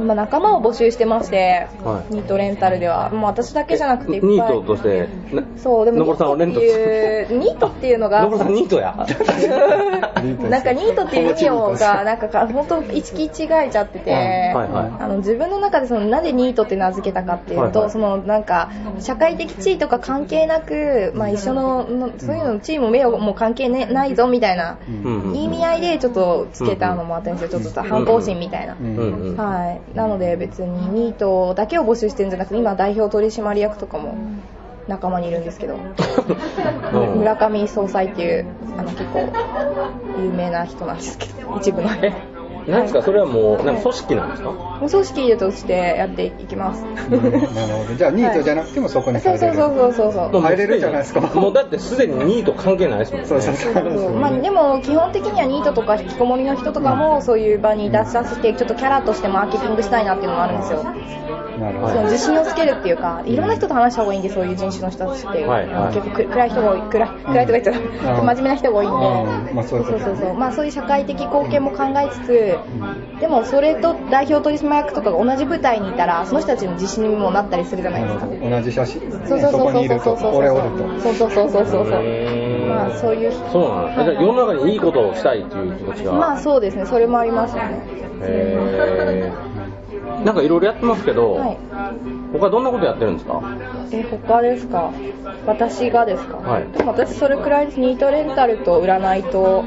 [SPEAKER 2] 今仲間を募集してまして、
[SPEAKER 1] はい
[SPEAKER 2] ニートレンタルではもう私だけじゃなくて
[SPEAKER 1] す
[SPEAKER 2] いっ
[SPEAKER 1] か
[SPEAKER 2] ぱい
[SPEAKER 1] ニートとして、な
[SPEAKER 2] そうでも
[SPEAKER 1] のぼるさんをレン
[SPEAKER 2] ニー
[SPEAKER 1] ト
[SPEAKER 2] トっていうニートっていうのが
[SPEAKER 1] のぼるさんニートや。
[SPEAKER 2] なんかニートっていう意味をがなんかか本当意識違えちゃってて、
[SPEAKER 1] うんはいはい
[SPEAKER 2] あの自分の中でそのなぜニートって名付けたかっていうと、
[SPEAKER 1] はいはい
[SPEAKER 2] そのなんか社会的地位とか関係なく、まあ、一緒ののそういうの地位も名誉も関係、ね、ないぞみたいな
[SPEAKER 3] うん
[SPEAKER 1] うんうん
[SPEAKER 2] 意味合いでちょっとつけたのもあったんですよ、ちょっと反抗心みたいな。
[SPEAKER 3] うん
[SPEAKER 1] うんうん。
[SPEAKER 2] はい、なので別にニートだけを募集してるんじゃなくて今代表取締役とかも仲間にいるんですけど
[SPEAKER 1] うん
[SPEAKER 2] 村上総裁っていうあの結構有名な人なんですけど 一部のね
[SPEAKER 1] なんですか、それはもう、なんか組織なんですか
[SPEAKER 2] お葬式としてやっていきます
[SPEAKER 3] うんなるほどじゃあニートじゃなくてもそこに
[SPEAKER 2] そ
[SPEAKER 3] 入
[SPEAKER 2] う
[SPEAKER 3] れる、
[SPEAKER 2] そうそうそうそう
[SPEAKER 1] もう
[SPEAKER 3] 入れるじゃないですか
[SPEAKER 1] もうだってすでにニート関係ないですもんね。
[SPEAKER 3] そうそうそう
[SPEAKER 2] そうまあ、でも基本的にはニートとか引きこもりの人とかもそういう場に出させてちょっとキャラとしてマーケティングしたいなっていうのもあるんですよ
[SPEAKER 3] なるほ
[SPEAKER 2] そ
[SPEAKER 3] ど、
[SPEAKER 2] の自信をつけるっていうか、いろんな人と話した方がいいんで、そういう人種の人たちって、
[SPEAKER 1] はいはい
[SPEAKER 2] 結構く暗い人が多い、暗い暗いとか言っちゃう、
[SPEAKER 3] うん
[SPEAKER 2] 真面目な人が多いんで、
[SPEAKER 3] うんまあそういうこと
[SPEAKER 2] そうそうそうまあそういう社会的貢献も考えつつ、でもそれと代表取締役とかが同じ舞台にいたら、その人たちの自信にもなったりするじゃないですか。
[SPEAKER 3] 同じ写真ね
[SPEAKER 2] そうそう
[SPEAKER 3] そ
[SPEAKER 2] そう
[SPEAKER 3] こ
[SPEAKER 2] そ
[SPEAKER 3] に
[SPEAKER 2] う
[SPEAKER 3] いる
[SPEAKER 2] そ
[SPEAKER 3] と
[SPEAKER 2] うそう
[SPEAKER 3] これおると
[SPEAKER 2] そうそうそうそうそうそう
[SPEAKER 1] へー
[SPEAKER 2] まあそういう
[SPEAKER 1] そうなんだ。じゃあ世の中にいいことをしたいっていう気持ちが。
[SPEAKER 2] まあそうですねそれもありますよね
[SPEAKER 1] へーなんかいろいろやってますけど、
[SPEAKER 2] はい
[SPEAKER 1] 他どんなことやってるんですか
[SPEAKER 2] え他ですか私がですか、
[SPEAKER 1] はい
[SPEAKER 2] でも私それくらいですニートレンタルと占いと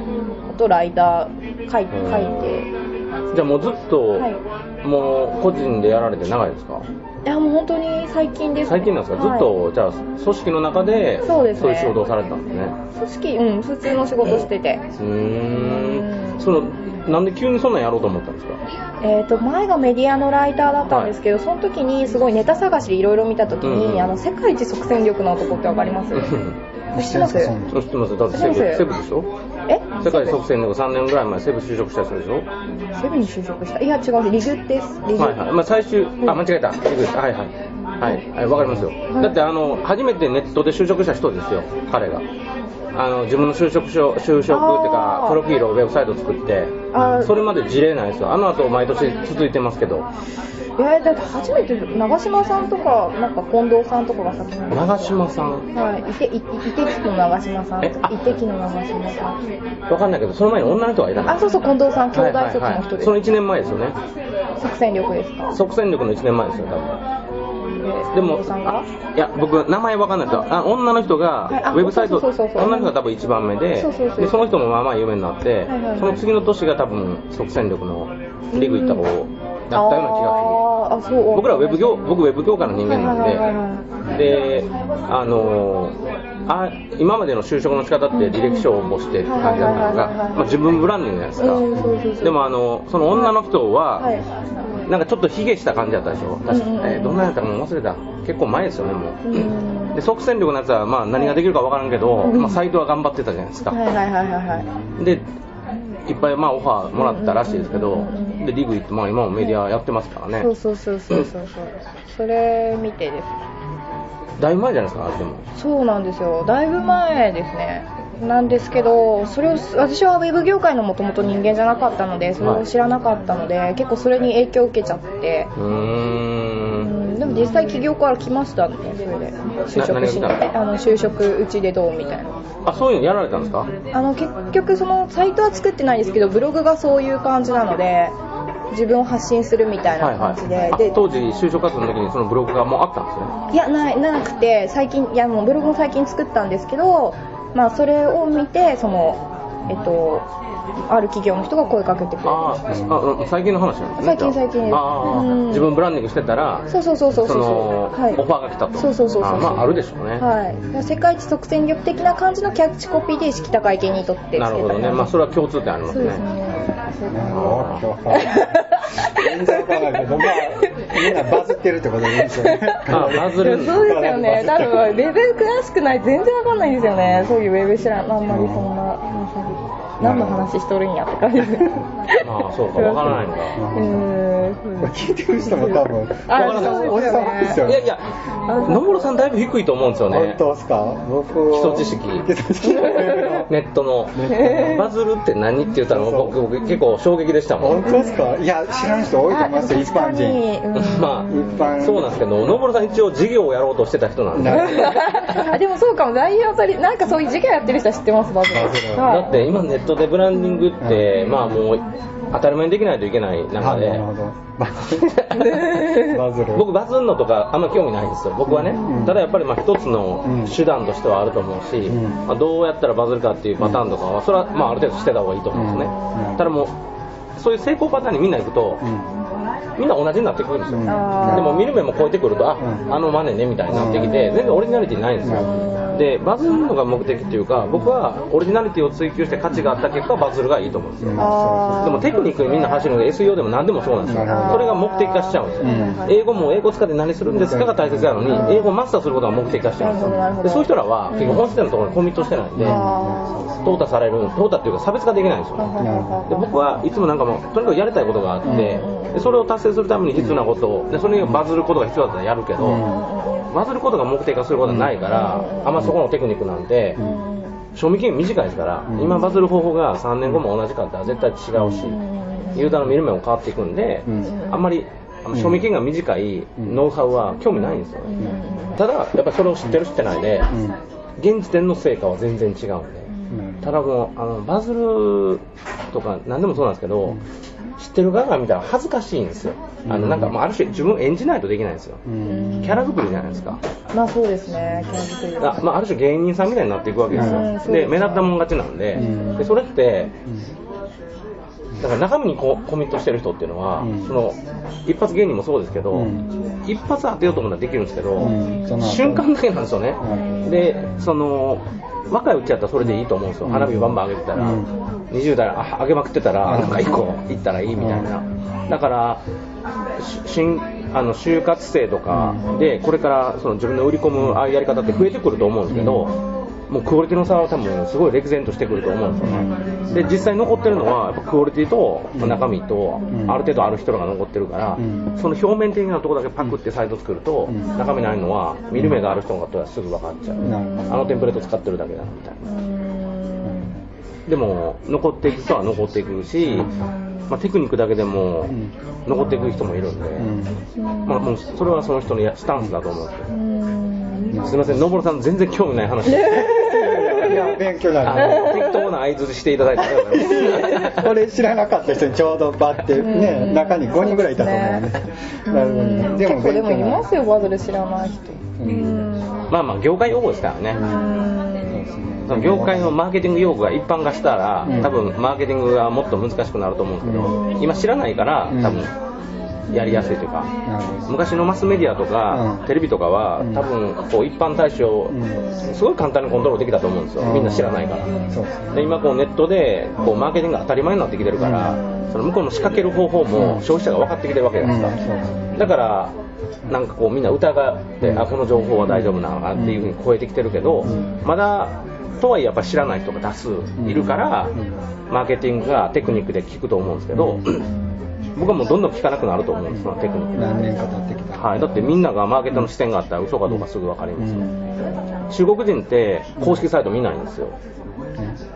[SPEAKER 2] あとライダー書い書いて
[SPEAKER 1] じゃあもうずっと、
[SPEAKER 2] はい
[SPEAKER 1] もう個人でやられて長いですか
[SPEAKER 2] いやもう本当に最近です、ね、
[SPEAKER 1] 最近なんですか、
[SPEAKER 2] は
[SPEAKER 1] ず
[SPEAKER 2] い
[SPEAKER 1] っとじゃあ組織の中で
[SPEAKER 2] そうですね
[SPEAKER 1] いう仕事をされてたんですね
[SPEAKER 2] 組織うん普通の仕事してて
[SPEAKER 1] うーんそのなんで急にそんなんやろうと思ったんですか
[SPEAKER 2] えー、と前がメディアのライターだったんですけど、その時にすごいネタ探しでいろいろ見た時
[SPEAKER 1] う
[SPEAKER 2] に、
[SPEAKER 1] ん
[SPEAKER 2] あの世界一即戦力の男ってわかります知ってます
[SPEAKER 3] そんな
[SPEAKER 1] 知ってますだってセブ
[SPEAKER 2] 知ってます
[SPEAKER 1] セブでしょ
[SPEAKER 2] え
[SPEAKER 1] 世界即戦力3年ぐらい前セブ就職した人でしょ
[SPEAKER 2] セブンに就職したいや違うリグですリグ、
[SPEAKER 1] はいはい、まあ、最終、あ、間違えた、びっくりしたはいはい、はい、はい、わかりますよ、だってあの初めてネットで就職した人ですよ、彼が、あの自分の就職所、就職っていうか
[SPEAKER 2] あ、ー
[SPEAKER 1] プロフィールをウェブサイト作って、
[SPEAKER 2] あー
[SPEAKER 1] それまで事例ないですよ、あの後毎年続いてますけど、
[SPEAKER 2] いやだって初めて長嶋さんとかなんか近藤さんとかが先に
[SPEAKER 1] 長嶋さん、
[SPEAKER 2] はい、いて、い、いてきの長島さん。い
[SPEAKER 1] えあ
[SPEAKER 2] てきの長島さん。
[SPEAKER 1] わかんないけど、その前に女の人がいたの
[SPEAKER 2] あ、そうそう、近藤さん、兄弟
[SPEAKER 1] はい
[SPEAKER 2] 卒
[SPEAKER 1] はい
[SPEAKER 2] の
[SPEAKER 1] は
[SPEAKER 2] 人
[SPEAKER 1] い
[SPEAKER 2] です。
[SPEAKER 1] その1年前ですよね、
[SPEAKER 2] 即戦力ですか。
[SPEAKER 1] 即戦力の1年前ですよ、多分。
[SPEAKER 2] んですか
[SPEAKER 1] でも
[SPEAKER 2] お父さんが
[SPEAKER 1] あいや僕名前わかんないですよあ女の人が
[SPEAKER 2] はいあ
[SPEAKER 1] ウェブサイト
[SPEAKER 2] そうそうそうそう
[SPEAKER 1] 女の人が多分1番目で
[SPEAKER 2] そうそうそう
[SPEAKER 1] でその人もまあまあ有名になって、
[SPEAKER 2] はいはい
[SPEAKER 1] その次の年が多分即戦力のリーグ行った方だったような気が
[SPEAKER 2] あーあそう
[SPEAKER 1] する僕らウェブ業僕ウェブ業界の人間なんで、
[SPEAKER 2] はいはいはいはい
[SPEAKER 1] で、あのーあ今までの就職の仕方って履歴書を応募してって感じだったのが
[SPEAKER 2] はいはいはいはいはい、
[SPEAKER 1] まあ、自分ブランディングじゃないですか、
[SPEAKER 2] うんそうそうそう
[SPEAKER 1] でもあのその女の人は、
[SPEAKER 2] はい
[SPEAKER 1] なんかちょっとヒゲした感じだったでしょ確か、
[SPEAKER 2] うんうんうん
[SPEAKER 1] えーどんなんやったかもう忘れた結構前ですよねもう、
[SPEAKER 2] うん
[SPEAKER 1] で即戦力のやつはまあ何ができるかわからんけど、
[SPEAKER 2] うん
[SPEAKER 1] まあ、サイトは頑張ってたじゃないですか、
[SPEAKER 2] はいはいはいはいはい
[SPEAKER 1] でいっぱいまあオファーもらったらしいですけど、
[SPEAKER 2] うんうんうんうん
[SPEAKER 1] でリーグ行ってまあ今もメディアやってますからね、
[SPEAKER 2] そうそうそうそうそうそうそれ見てです
[SPEAKER 1] だいぶ前じゃないですかあれでも
[SPEAKER 2] そうなんですよだいぶ前ですねなんですけどそれを私はウェブ業界のもともと人間じゃなかったのでそれを知らなかったので、結構それに影響を受けちゃって、
[SPEAKER 1] うー
[SPEAKER 2] うんん、でも実際企業から来ましたねそれで就職し
[SPEAKER 1] な何が来
[SPEAKER 2] て
[SPEAKER 1] た
[SPEAKER 2] あの就職うちでどうみたいな
[SPEAKER 1] あそういうのやられたんですか
[SPEAKER 2] あの結局そのサイトは作ってないですけどブログがそういう感じなので自分を発信するみたいな感じで、
[SPEAKER 1] はいはい、
[SPEAKER 2] で
[SPEAKER 1] あ当時就職活動の時にそのブログがもうあったんですね
[SPEAKER 2] いやないなくて最近いやもうブログも最近作ったんですけど、まあ、それを見てその、えっと、ある企業の人が声かけてくれて
[SPEAKER 1] あーあ最近の話なんですね
[SPEAKER 2] 最近最近です
[SPEAKER 1] あー
[SPEAKER 2] うん
[SPEAKER 1] 自分ブランディングしてたら
[SPEAKER 2] そうそうそうそうそう
[SPEAKER 1] の
[SPEAKER 2] うはい
[SPEAKER 1] オファーが来たと
[SPEAKER 2] そうそうそうそう
[SPEAKER 1] あーまああるでしょうね、
[SPEAKER 2] はい、世界一即戦力的な感じのキャッチコピーで意識高い系にとってつけた
[SPEAKER 1] なるほどねまあそれは共通点あります
[SPEAKER 2] そう
[SPEAKER 1] ね
[SPEAKER 2] ですねそういう感じ
[SPEAKER 1] あ
[SPEAKER 3] 全然わからないけど、まあ、みんなバズってるってことでいいですよね。
[SPEAKER 1] あバズ る
[SPEAKER 2] そうですよね。多分、ウェブ詳しくない、全然わかんないですよね。そういうウェブ知らん、あんまりそんな、何の話しとるんやって感 じです。
[SPEAKER 1] まあそうかわからないの
[SPEAKER 3] う
[SPEAKER 1] か
[SPEAKER 2] う
[SPEAKER 3] これ
[SPEAKER 2] ーん。
[SPEAKER 3] 聞いてる人も多分、わからない。おじさんですよ
[SPEAKER 1] いや
[SPEAKER 3] ね
[SPEAKER 1] い。や野村さんだいぶ低いと思うんですよ
[SPEAKER 3] 本
[SPEAKER 1] ね
[SPEAKER 3] 当ですか僕
[SPEAKER 1] 基礎知識
[SPEAKER 3] 基礎知識
[SPEAKER 1] ネットのバズるって何って言ったの
[SPEAKER 3] そう
[SPEAKER 1] 僕僕結構衝撃でしたもん
[SPEAKER 3] 本当ですかいや、知らん人多いと思いますよ、一般人。
[SPEAKER 2] 人
[SPEAKER 1] まあ
[SPEAKER 3] 一般
[SPEAKER 1] そうなんですけど野村さん一応事業をやろうとしてた人なんで
[SPEAKER 3] なる
[SPEAKER 2] あ、でもそうかも、内容取り、なんかそういう事件やってる人は知ってます、バズ。
[SPEAKER 1] だ
[SPEAKER 2] は
[SPEAKER 1] って今ネットでブランディングって、まあもう当たり前にできないといけない中
[SPEAKER 3] あ
[SPEAKER 1] で
[SPEAKER 3] なるほど。バズる。バズる。
[SPEAKER 1] 僕バズんのとかあんま興味ないんですよ僕はね、
[SPEAKER 3] うん
[SPEAKER 1] ただやっぱりまあ一つ
[SPEAKER 3] う
[SPEAKER 1] の
[SPEAKER 3] ん
[SPEAKER 1] 手段としてはあると思うし、
[SPEAKER 3] うん
[SPEAKER 1] まあ、どうやったらバズるかっていうパターンとかはそれはまあある程度してた方がいいと思うんですね、
[SPEAKER 3] うん
[SPEAKER 1] ただもうそういう成功パターンにみんな行くと、
[SPEAKER 3] うん
[SPEAKER 1] みんな同じになってくるんですよ、
[SPEAKER 3] うん
[SPEAKER 2] あー
[SPEAKER 1] でも見る目も超えてくるとあ、
[SPEAKER 3] うん
[SPEAKER 1] あのマネねみたいになってきて、全然オリジナリティないんですよ、
[SPEAKER 2] うん
[SPEAKER 1] でバズるのが目的っていうか僕はオリジナリティを追求して価値があった結果バズるがいいと思うんですよ
[SPEAKER 3] うん
[SPEAKER 2] あー
[SPEAKER 1] でもテクニックにみんな走るので SEO でも何でもそうなんですよ
[SPEAKER 3] なるほど
[SPEAKER 1] それが目的化しちゃうんですよ、
[SPEAKER 3] うん
[SPEAKER 1] 英語も英語使って何するんですかが大切なのに英語をマスターすることが目的化しちゃうんです
[SPEAKER 2] なるほどな
[SPEAKER 1] よ
[SPEAKER 2] るほ
[SPEAKER 1] で
[SPEAKER 2] ど
[SPEAKER 1] そういう人らは結構本質のところにコミットしてないんで
[SPEAKER 2] い。あ
[SPEAKER 1] 淘汰される淘汰っていうか差別化できないんです
[SPEAKER 2] ー
[SPEAKER 1] よ
[SPEAKER 2] は
[SPEAKER 1] ね
[SPEAKER 2] はは
[SPEAKER 1] で
[SPEAKER 2] は
[SPEAKER 1] 僕はいつもなんかもうとにかくやりたいことがあって、
[SPEAKER 2] うん
[SPEAKER 1] でそれを達成するために必要なことをでそれにバズることが必要だったらやるけど、バズることが目的化することはないから、あんまそこのテクニックなんて、
[SPEAKER 2] うんうんうん
[SPEAKER 1] 賞味期限短いですから、
[SPEAKER 3] うん
[SPEAKER 1] 今バズる方法が3年後も同じかって絶対違うし、ユーザーの見る目も変わっていくんで、
[SPEAKER 3] うん
[SPEAKER 1] あんまりあの賞味期限が短い
[SPEAKER 3] うん
[SPEAKER 1] ノウハウは興味ないんですよ
[SPEAKER 2] うんうん
[SPEAKER 1] ね、ただやっぱりそれを知ってる知ってないで、
[SPEAKER 3] うん
[SPEAKER 1] 現時点の成果は全然違うんで、
[SPEAKER 3] うん
[SPEAKER 1] ただもうあのバズるとか何でもそうなんですけど、知ってる側が見たら恥ずかしいんですよ、あのなんかまあある種自分を演じないとできないんですよ、
[SPEAKER 3] うん
[SPEAKER 1] キャラ作りじゃないですか、
[SPEAKER 2] うんまあそうですね、キャンプというか
[SPEAKER 1] あまあ、ある種芸人さんみたいになっていくわけですよ、
[SPEAKER 3] うん
[SPEAKER 2] そうですね
[SPEAKER 1] で目立ったもん勝ちなんで,、
[SPEAKER 3] うん
[SPEAKER 1] でそれってだから中身にこうコミットしてる人っていうのは、
[SPEAKER 3] うん
[SPEAKER 1] その一発芸人もそうですけど、
[SPEAKER 3] うん
[SPEAKER 1] 一発当てようと思ったらできるんですけど、
[SPEAKER 3] うんその後
[SPEAKER 1] 瞬間だけなんですよね、
[SPEAKER 3] う
[SPEAKER 1] でその若いうちやったらそれでいいと思うんですよ、
[SPEAKER 3] うん
[SPEAKER 1] 花火バンバン上げてたら、
[SPEAKER 3] うん
[SPEAKER 1] 20代あ上げまくってたら、
[SPEAKER 3] うん
[SPEAKER 1] なんか1個いったらいいみたいな、だからし新あの就活生とかでこれからその自分の売り込むああいうやり方って増えてくると思うんですけど、もうクオリティの差は多分すごい歴然としてくると思うんですよねで実際残ってるのはやっぱクオリティと
[SPEAKER 3] うん
[SPEAKER 1] 中身と
[SPEAKER 3] うん
[SPEAKER 1] ある程度ある人らが残ってるから、
[SPEAKER 3] うん
[SPEAKER 1] その表面的なところだけパクってサイト作ると、
[SPEAKER 3] うん
[SPEAKER 1] 中身ないのは見る目がある人がとはすぐ分かっちゃう、
[SPEAKER 3] なるほど
[SPEAKER 1] あのテンプレート使ってるだけだなみたいな
[SPEAKER 2] うん
[SPEAKER 1] でも残っていく人は残っていくし、まあ、テクニックだけでも
[SPEAKER 3] うん
[SPEAKER 1] 残っていく人もいるんで、
[SPEAKER 3] うん
[SPEAKER 1] まあ、もうそれはその人のやスタンスだと思うんですけど
[SPEAKER 2] うん
[SPEAKER 1] すいません、のぼろさん全然興味ない話です
[SPEAKER 3] や勉強になる
[SPEAKER 1] あの適当な合図していただいてありがとうござい ます
[SPEAKER 3] これ知らなかった人にちょうどバってね、
[SPEAKER 2] うん
[SPEAKER 3] 中に5人ぐらいいたと思うねなるほどね
[SPEAKER 2] うん結構でもいま
[SPEAKER 3] 勉
[SPEAKER 2] すよバズル知らない人
[SPEAKER 3] 強
[SPEAKER 2] う
[SPEAKER 3] になる
[SPEAKER 2] ん
[SPEAKER 1] まあまあ業界用語ですからね、
[SPEAKER 2] うん
[SPEAKER 1] その業界のマーケティング用語が一般化したら、
[SPEAKER 3] うん
[SPEAKER 1] 多分マーケティングがもっと難しくなると思うんですけど、今知らないから
[SPEAKER 3] うん
[SPEAKER 1] 多分やりやすいというか、
[SPEAKER 3] なるほど
[SPEAKER 1] 昔のマスメディアとか、
[SPEAKER 3] うん
[SPEAKER 1] テレビとかは、
[SPEAKER 3] うん
[SPEAKER 1] 多分こう一般対象、
[SPEAKER 3] うん
[SPEAKER 1] すごい簡単にコントロールできたと思うんですよ、みんな知らないから。
[SPEAKER 3] そうですね
[SPEAKER 1] で今こうネットでこうマーケティングが当たり前になってきてるから、その向こうの仕掛ける方法
[SPEAKER 3] うん
[SPEAKER 1] も消費者が分かってきてるわけじゃないですか、だから、なんかこうみんな疑って、あこの情報は大丈夫なのかなっていうふうに超えてきてるけど、
[SPEAKER 3] うん
[SPEAKER 1] まだとはいえやっぱ知らない人が多数いるから、
[SPEAKER 3] うん
[SPEAKER 1] マーケティングがテクニックで効くと思うんですけど、
[SPEAKER 3] う
[SPEAKER 1] 僕はもうどんどん効かなくなると思うんです、そのテクニック
[SPEAKER 3] 何年か経ってきた
[SPEAKER 1] はい、だってみんながマーケットの視点があったら嘘かどうかすぐ分かり
[SPEAKER 3] う
[SPEAKER 1] ます、
[SPEAKER 3] ん
[SPEAKER 1] 中国人って公式サイト見ないんですよ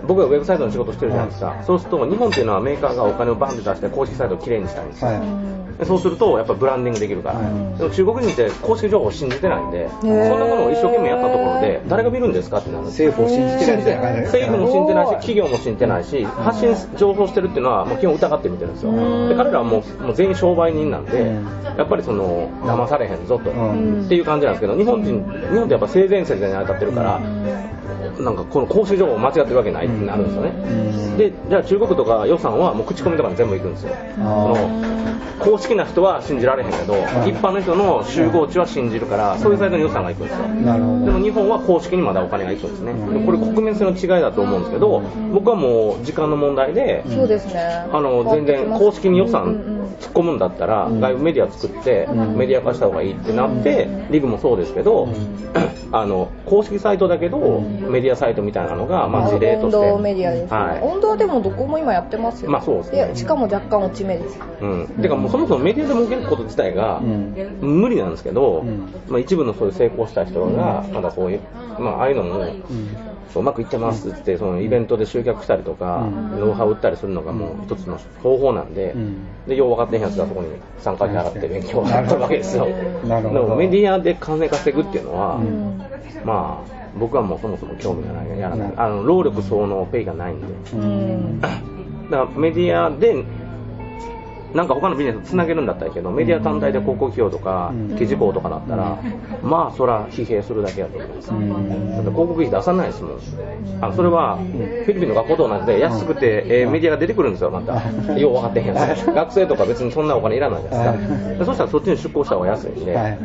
[SPEAKER 1] 僕はウェブサイトの仕事してるじゃないですか、そうすると日本っていうのはメーカーがお金をバンって出して公式サイトをきれいにしたいんですよ、
[SPEAKER 3] は
[SPEAKER 1] でそうするとやっぱブランディングできるから、
[SPEAKER 3] はい
[SPEAKER 1] でも中国人って公式情報を信じてないんで、そんなものを一生懸命やったところで誰が見るんですかってなるん
[SPEAKER 3] い、
[SPEAKER 1] ですよ
[SPEAKER 3] 政府を信じてないみたいな感じだ
[SPEAKER 1] 政府も信じてないし
[SPEAKER 2] すごい
[SPEAKER 1] 企業も信じてないし発信情報してるっていうのはもう基本疑って見てるんですよで彼らはもうもう全員商売人なんで
[SPEAKER 3] うん
[SPEAKER 1] やっぱりその騙されへんぞと、
[SPEAKER 3] うん
[SPEAKER 1] っていう感じなんですけど日本人日本ってやっぱ性善説に当たってるからなんかこの公衆情報を間違ってるわけないってなるんですよね、
[SPEAKER 3] うん
[SPEAKER 1] でじゃあ中国とか予算はもう口コミとかに全部いくんですよその公式な人は信じられへんけど一般の人の集合値は信じるからそういうサイトに予算がいくんですよ
[SPEAKER 3] なるほ
[SPEAKER 1] で
[SPEAKER 3] ど
[SPEAKER 1] も日本は公式にまだお金がいくんですね、
[SPEAKER 3] うん
[SPEAKER 1] これ国民性の違いだと思うんですけど僕はもう時間の問題で、
[SPEAKER 2] そうですね
[SPEAKER 1] あの全然公式に予
[SPEAKER 2] うん
[SPEAKER 1] 算突っ込むんだったら
[SPEAKER 3] うん
[SPEAKER 1] 外部メディア作って
[SPEAKER 3] うん
[SPEAKER 1] メディア化した方がいいってなってリグもそうですけど
[SPEAKER 3] うん
[SPEAKER 1] あの公式サイトだけど
[SPEAKER 3] ん
[SPEAKER 1] メディアサイトみたいなのがまあ事
[SPEAKER 2] あの
[SPEAKER 1] 例と
[SPEAKER 2] 運
[SPEAKER 1] して
[SPEAKER 2] 動メディアです、ね
[SPEAKER 1] はい
[SPEAKER 2] 運動でもどこも今やってますよ、
[SPEAKER 1] まあそうですね
[SPEAKER 2] しかも若干落ち目です
[SPEAKER 1] うん、てかもうそもそもメディアで儲けること自体が
[SPEAKER 3] うん
[SPEAKER 1] 無理なんですけど、
[SPEAKER 3] うん
[SPEAKER 1] まあ、一部のそういう成功した人がまだそういう、まあ、ああいうのもそううまくいってますってそのイベントで集客したりとか、
[SPEAKER 3] うん
[SPEAKER 1] ノウハウ売ったりするのがもう一つの方法なんで、
[SPEAKER 3] うん
[SPEAKER 1] でよう分かってへんやつがそこに参加費払って勉強を
[SPEAKER 3] な
[SPEAKER 1] や
[SPEAKER 3] る
[SPEAKER 1] って
[SPEAKER 3] ほど
[SPEAKER 1] るわけですよ
[SPEAKER 3] なるほど
[SPEAKER 1] でもメディアで金稼ぐっていうのは、
[SPEAKER 3] う
[SPEAKER 2] うんん
[SPEAKER 1] まあ僕はもうそもそも興味がないやらない
[SPEAKER 3] うん
[SPEAKER 1] あの労力相応のペイがないんで
[SPEAKER 2] うん
[SPEAKER 1] だからメディアでなんか他のビジネスつなげるんだったらいいけどメディア単体で広告費用とか、
[SPEAKER 3] うん
[SPEAKER 1] 記事項とかだったら、まあそら疲弊するだけやと思いますだって広告費出さないですもん、あのそれはフィリピンの学校と同じで、安くて、えーメディアが出てくるんですよ、また、
[SPEAKER 3] はい
[SPEAKER 1] よう分かってへん やつ、学生とか別にそんなお金いらないじゃないですか、
[SPEAKER 3] はい
[SPEAKER 1] でそしたらそっちに出向した方が安いんで、
[SPEAKER 3] はい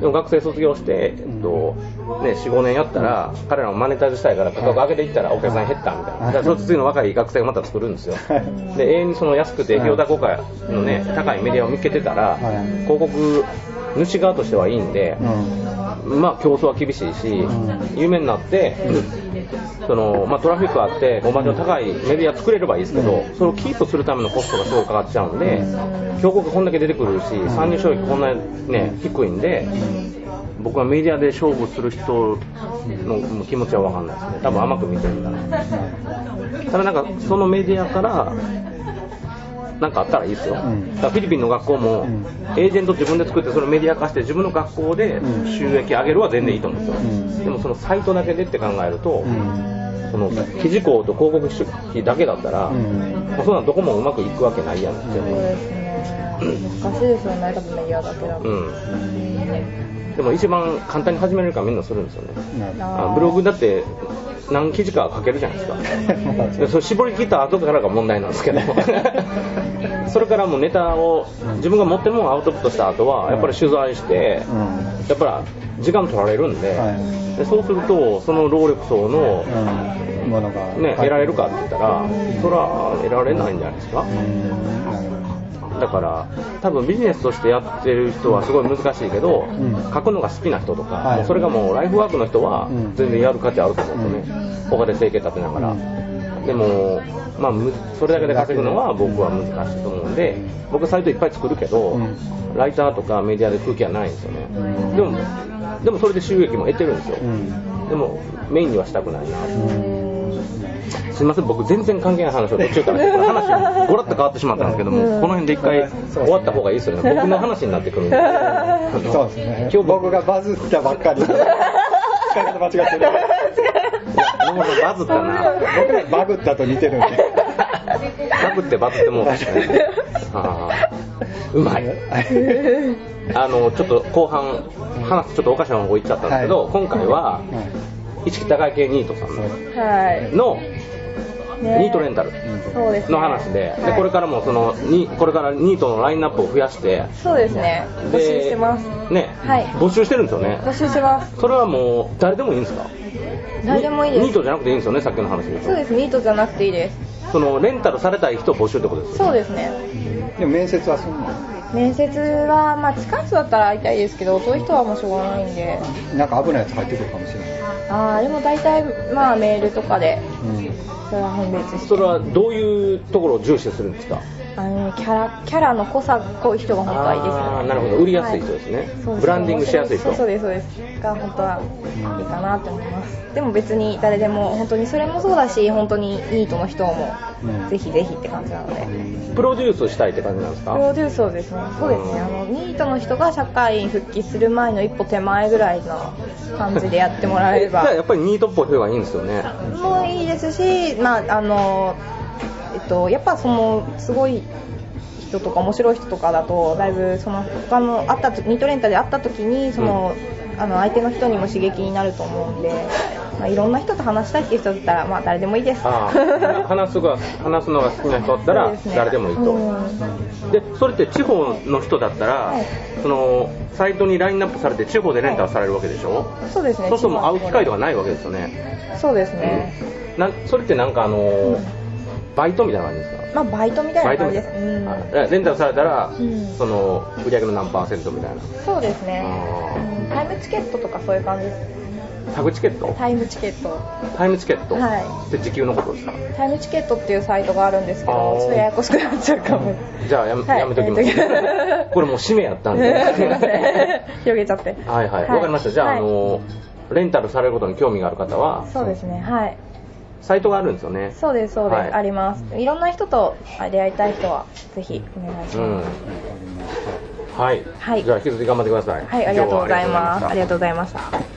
[SPEAKER 1] でも学生卒業して、えっとね、4、5年やったら、彼らもマネタイズしたいから、価格上げていったらお客さん減ったみたいな、だ
[SPEAKER 3] はい
[SPEAKER 1] からその次の若い学生がまた作るんですよ
[SPEAKER 3] はい、
[SPEAKER 1] で永遠にその安くて、
[SPEAKER 3] はい
[SPEAKER 1] 費用高価の、ね、高いメディアを見つけてたら
[SPEAKER 3] はい、
[SPEAKER 1] 広告主側としてはいいんで。まあ競争は厳しいし、
[SPEAKER 3] うん
[SPEAKER 1] 夢になって、そのまあ、トラフィックあって、お金の高いメディア作れればいいですけど、
[SPEAKER 3] うん
[SPEAKER 1] それをキープするためのコストがすごいかかっちゃうんで、強国こんだけ出てくるし、参入障壁こんなに、ね、低いんで、僕はメディアで勝負する人の気持ちは分かんないですね、多分甘く見てるから。ただなんかそのメディアからなんかあったらいいですよ、
[SPEAKER 3] うん
[SPEAKER 1] だからフィリピンの学校も、
[SPEAKER 3] うん
[SPEAKER 1] エージェント自分で作ってそれをメディア化して自分の学校で
[SPEAKER 3] うん
[SPEAKER 1] 収益上げるは全然いいと思うんですよ、
[SPEAKER 3] うん
[SPEAKER 1] でもそのサイトだけでって考えると、その記事項と広告出費だけだったら、もうそんなんどこもうまくいくわけないやんって
[SPEAKER 2] そう
[SPEAKER 1] 思う、
[SPEAKER 2] ですね難しいですよね多分メディアだけだと、
[SPEAKER 1] うんでも一番簡単に始めれるからみんなするんですよね
[SPEAKER 2] あ
[SPEAKER 1] あ
[SPEAKER 2] ー
[SPEAKER 1] ブログだって何記事か書けるじゃないですかでそれ絞り切った後からが問題なんですけ どそれからもうネタを自分が持ってるものをアウトプットした後はやっぱり取材してやっぱり時間取られるんで,、
[SPEAKER 3] は
[SPEAKER 1] でそうするとその労力層の、ね、得られるかって言ったらそれは得られないんじゃないですかだから多分ビジネスとしてやってる人はすごい難しいけど、
[SPEAKER 3] うん
[SPEAKER 1] 書くのが好きな人とか、
[SPEAKER 3] はい
[SPEAKER 1] もうそれがもうライフワークの人は
[SPEAKER 3] うん
[SPEAKER 1] 全然やる価値あると思うんですよね、他で生計立てながら、
[SPEAKER 3] うん
[SPEAKER 1] でも、まあ、むそれだけで稼ぐのは僕は難しいと思うんで、僕サイトいっぱい作るけど、
[SPEAKER 3] うん
[SPEAKER 1] ライターとかメディアで空気はないんですよね、
[SPEAKER 3] うん
[SPEAKER 1] でもでもそれで収益も得てるんですよ、でもメインにはしたくないなすみません、僕、全然関係ない話を途中からして、話、ごらっと変わってしまったんですけども、この辺で一回終わった方がいいですよね、僕の話になってくるんで、あの
[SPEAKER 3] そうですね。
[SPEAKER 1] 今日
[SPEAKER 3] 今日
[SPEAKER 1] 僕
[SPEAKER 3] 僕がバズったばっかり。使い方間違ってる。
[SPEAKER 1] 野村さんバズったな
[SPEAKER 3] 僕らバグったと似てるんで。
[SPEAKER 1] バグってバズってもうたあーうまいあのちょっと後半話ちょっとおかしな方向行っちゃったんですけど、
[SPEAKER 3] はい
[SPEAKER 1] 今回は一木高系ニートさん
[SPEAKER 2] はい
[SPEAKER 1] の
[SPEAKER 2] ね
[SPEAKER 1] ニートレンタル
[SPEAKER 2] そうですね
[SPEAKER 1] の話で,、
[SPEAKER 2] は
[SPEAKER 1] で
[SPEAKER 2] い
[SPEAKER 1] これからもそのにこれからニートのラインナップを増やして
[SPEAKER 2] そうですね
[SPEAKER 1] で
[SPEAKER 2] 募集してます
[SPEAKER 1] ね、
[SPEAKER 2] はい
[SPEAKER 1] 募集してるんですよね
[SPEAKER 2] 募集してます
[SPEAKER 1] それはもう誰でもいいんですか
[SPEAKER 2] 誰でもいいです
[SPEAKER 1] ニニートじゃなくていいんですよねさっきの話で
[SPEAKER 2] そうですニートじゃなくていいで
[SPEAKER 1] そのレンタルされたい人を募集ってことですす
[SPEAKER 2] そうですね
[SPEAKER 3] でも面接はそんな
[SPEAKER 2] 面接はまあ近い人だったら会いたいですけどそういう人はもうしょうがないんで
[SPEAKER 3] のなんか危ないやつ入ってくるかもしれない。
[SPEAKER 2] ああでも大体まあメールとかで
[SPEAKER 3] うん。
[SPEAKER 2] それは判別して
[SPEAKER 1] それはどういうところを重視するんですか
[SPEAKER 2] あのキャラキャラの濃さが濃い人が本当はいいですね
[SPEAKER 1] あーなるほど売りやすい人ですね、
[SPEAKER 2] そうです
[SPEAKER 1] ブランディングしやすい人
[SPEAKER 2] そうそうですそうですが本当はいいかなと思いますでも別に誰でも本当にそれもそうだし本当にニートの人も
[SPEAKER 3] うん
[SPEAKER 2] ぜひぜひって感じなので
[SPEAKER 1] プロデュースしたいって感じなんです
[SPEAKER 2] プ
[SPEAKER 1] か
[SPEAKER 2] ロデュースをですねそうですねあのニートの人が社会に復帰する前の一歩手前ぐらいの感じでやってもらえれば
[SPEAKER 1] じゃあやっぱりニートっぽい方がいいんですよね
[SPEAKER 2] もういいですし、まああのえっと、やっぱそのすごい人とか面白い人とかだとだいぶその他の会ったとニートレンタで会った時にその、あの相手の人にも刺激になると思うんで、まあ、いろんな人と話したいっていう人だったら、まあ、誰でもいいです。
[SPEAKER 1] ああ 話すが話すのが好きな人だった
[SPEAKER 2] そう
[SPEAKER 1] ら
[SPEAKER 2] すね
[SPEAKER 1] 誰でもいいと、
[SPEAKER 2] うん
[SPEAKER 1] でそれって地方の人だったら、
[SPEAKER 2] はい
[SPEAKER 1] そのサイトにラインナップされて地方でレンタルされるわけでしょ、
[SPEAKER 2] そうですね。
[SPEAKER 1] そうするともう会う機会と
[SPEAKER 2] は
[SPEAKER 1] かないわけですよね、
[SPEAKER 2] そうですね。
[SPEAKER 1] うんなんそれってなんかあのー
[SPEAKER 2] うん
[SPEAKER 1] バイトみたいな感じです
[SPEAKER 2] まあバイトみ
[SPEAKER 1] か
[SPEAKER 2] たいな感
[SPEAKER 1] み
[SPEAKER 2] じ
[SPEAKER 1] た
[SPEAKER 2] で
[SPEAKER 1] い
[SPEAKER 2] す。
[SPEAKER 1] な、
[SPEAKER 2] うん
[SPEAKER 1] あレンタルされたら、
[SPEAKER 2] うん
[SPEAKER 1] その売り上げの何パーセントみたいな
[SPEAKER 2] そうですね。
[SPEAKER 1] あー
[SPEAKER 2] うんタイムチケットとかそういう感じです。
[SPEAKER 1] タグチケット
[SPEAKER 2] タイムチケット。
[SPEAKER 1] タイムチケット、
[SPEAKER 2] は
[SPEAKER 1] って時給のことですか
[SPEAKER 2] タイムチケットっていうサイトがあるんですけど、ち
[SPEAKER 1] あー
[SPEAKER 2] ょっとややこしくなっちゃうかも。
[SPEAKER 1] じゃあやめ,、
[SPEAKER 2] はい
[SPEAKER 1] やめときます
[SPEAKER 2] やめとき
[SPEAKER 1] これもう締めやったん で
[SPEAKER 2] すいません。 広げちゃって。
[SPEAKER 1] はいはい、わかりました。じゃあ、
[SPEAKER 2] はい
[SPEAKER 1] あのレンタルされることに興味がある方は、
[SPEAKER 2] そうですね、はい。
[SPEAKER 1] サイトがあるんですよね。
[SPEAKER 2] そうです、そうです、
[SPEAKER 1] はい
[SPEAKER 2] あります。いろんな人とあ出会いたい人は、ぜひお願いし
[SPEAKER 1] う
[SPEAKER 2] ま
[SPEAKER 1] ん
[SPEAKER 2] す。。
[SPEAKER 1] はい。
[SPEAKER 2] はい
[SPEAKER 1] じゃあ引き続き頑張ってください。
[SPEAKER 2] はい、ありがとうございます。ありがとうございました。